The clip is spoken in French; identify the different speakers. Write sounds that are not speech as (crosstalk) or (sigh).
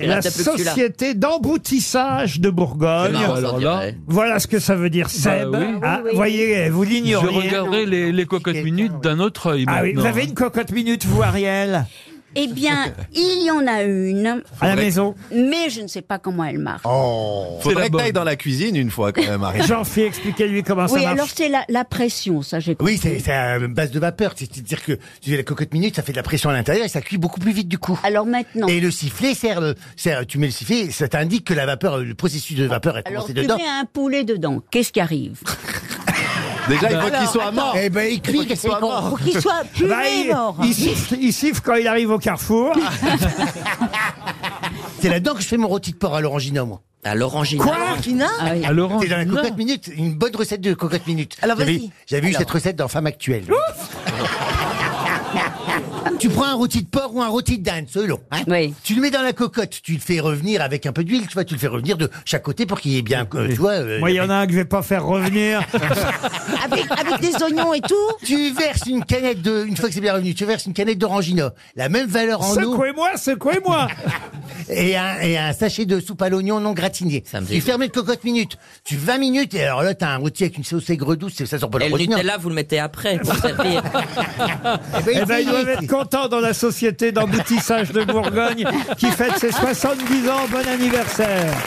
Speaker 1: la
Speaker 2: reste plus que celui-là.
Speaker 1: Société d'emboutissage de Bourgogne.
Speaker 2: C'est marrant, Alors ça, Ah on là. dirait.
Speaker 1: voilà ce que ça veut dire, Seb.
Speaker 3: oui.
Speaker 1: Ah, Voyez, vous
Speaker 3: Je
Speaker 1: l'ignorez.
Speaker 3: regarderai les, les cocottes minutes d'un autre œil.
Speaker 1: Ah oui, vous
Speaker 3: maintenant. hein.
Speaker 1: avez une cocotte minute, vous, Ariel, (laughs)
Speaker 4: Eh bien, il y en a une,
Speaker 1: à la maison
Speaker 4: mais je ne sais pas comment elle marche.
Speaker 5: Oh,
Speaker 3: C'est la
Speaker 5: faudrait que
Speaker 3: bonne.
Speaker 5: t'ailles dans la cuisine une fois quand même, Ariel.
Speaker 1: jean philippe expliquez-lui comment ça
Speaker 4: oui,
Speaker 1: marche.
Speaker 4: alors c'est la, la pression, ça j'ai compris.
Speaker 6: Oui, c'est c'est à base de vapeur. C'est-à-dire que tu fais la cocotte minute, ça fait de la pression à l'intérieur et ça cuit beaucoup plus vite du coup.
Speaker 4: Alors maintenant,
Speaker 6: Et le sifflet sert, le- sert- tu mets le sifflet, ça t'indique que la vapeur, le processus de vapeur est
Speaker 4: alors
Speaker 6: commencé
Speaker 4: tu
Speaker 6: dedans.
Speaker 4: mets un poulet dedans, qu'est-ce qui arrive
Speaker 5: Déjà, il faut qu'il soit
Speaker 4: attends.
Speaker 5: mort.
Speaker 6: Eh ben, il cuit, qu'est-ce qu'il prend
Speaker 4: Pour qu'il soit
Speaker 1: (laughs)
Speaker 4: puré
Speaker 1: Bah, il,
Speaker 4: mort.
Speaker 1: il siffle, il siffle quand il arrive au carrefour.
Speaker 6: C'est là-dedans que je fais mon rôti de porc à l'orangina, moi.
Speaker 2: À l'orangina.
Speaker 6: Quoi
Speaker 4: Ah oui.
Speaker 3: À Laurent.
Speaker 6: C'est dans la
Speaker 3: non.
Speaker 6: cocotte minute, une bonne recette de cocotte minute.
Speaker 2: Alors,
Speaker 6: J'avais-
Speaker 2: vas-y.
Speaker 6: J'avais eu
Speaker 2: Alors.
Speaker 6: cette recette dans Femme Actuelle. tu prends un rôti de porc ou un rôti de dinde, selon. hein.
Speaker 4: Oui.
Speaker 6: Tu le mets dans la cocotte, tu le fais revenir avec un peu d'huile, tu vois, tu le fais revenir de chaque côté pour qu'il y ait bien, euh, tu vois. euh,
Speaker 1: Moi, il y en a un que je vais pas faire revenir.
Speaker 4: avec, avec des oignons et tout
Speaker 6: Tu verses une canette de, une fois que c'est bien revenu, tu verses une canette d'orangina, la même valeur en eau,
Speaker 1: secouez-moi, secouez-moi.
Speaker 6: et un, et un sachet de soupe à l'oignon non gratiné.
Speaker 2: Ça me
Speaker 6: Tu
Speaker 2: dégoûte.
Speaker 6: fermes de cocotte minute, tu 20 minutes, et alors là, t'as un rôti avec une sauce aigre douce, et ça sort pas le
Speaker 2: Et le
Speaker 6: rôti. non.
Speaker 2: Nutella, vous le mettez après. Vous savez.
Speaker 6: Eh ben,
Speaker 1: Eh ben,
Speaker 6: il
Speaker 1: ils
Speaker 6: fait
Speaker 1: doivent
Speaker 6: vite.
Speaker 1: être contents dans la société d'emboutissage de Bourgogne qui fête ses 70 ans. Bon anniversaire.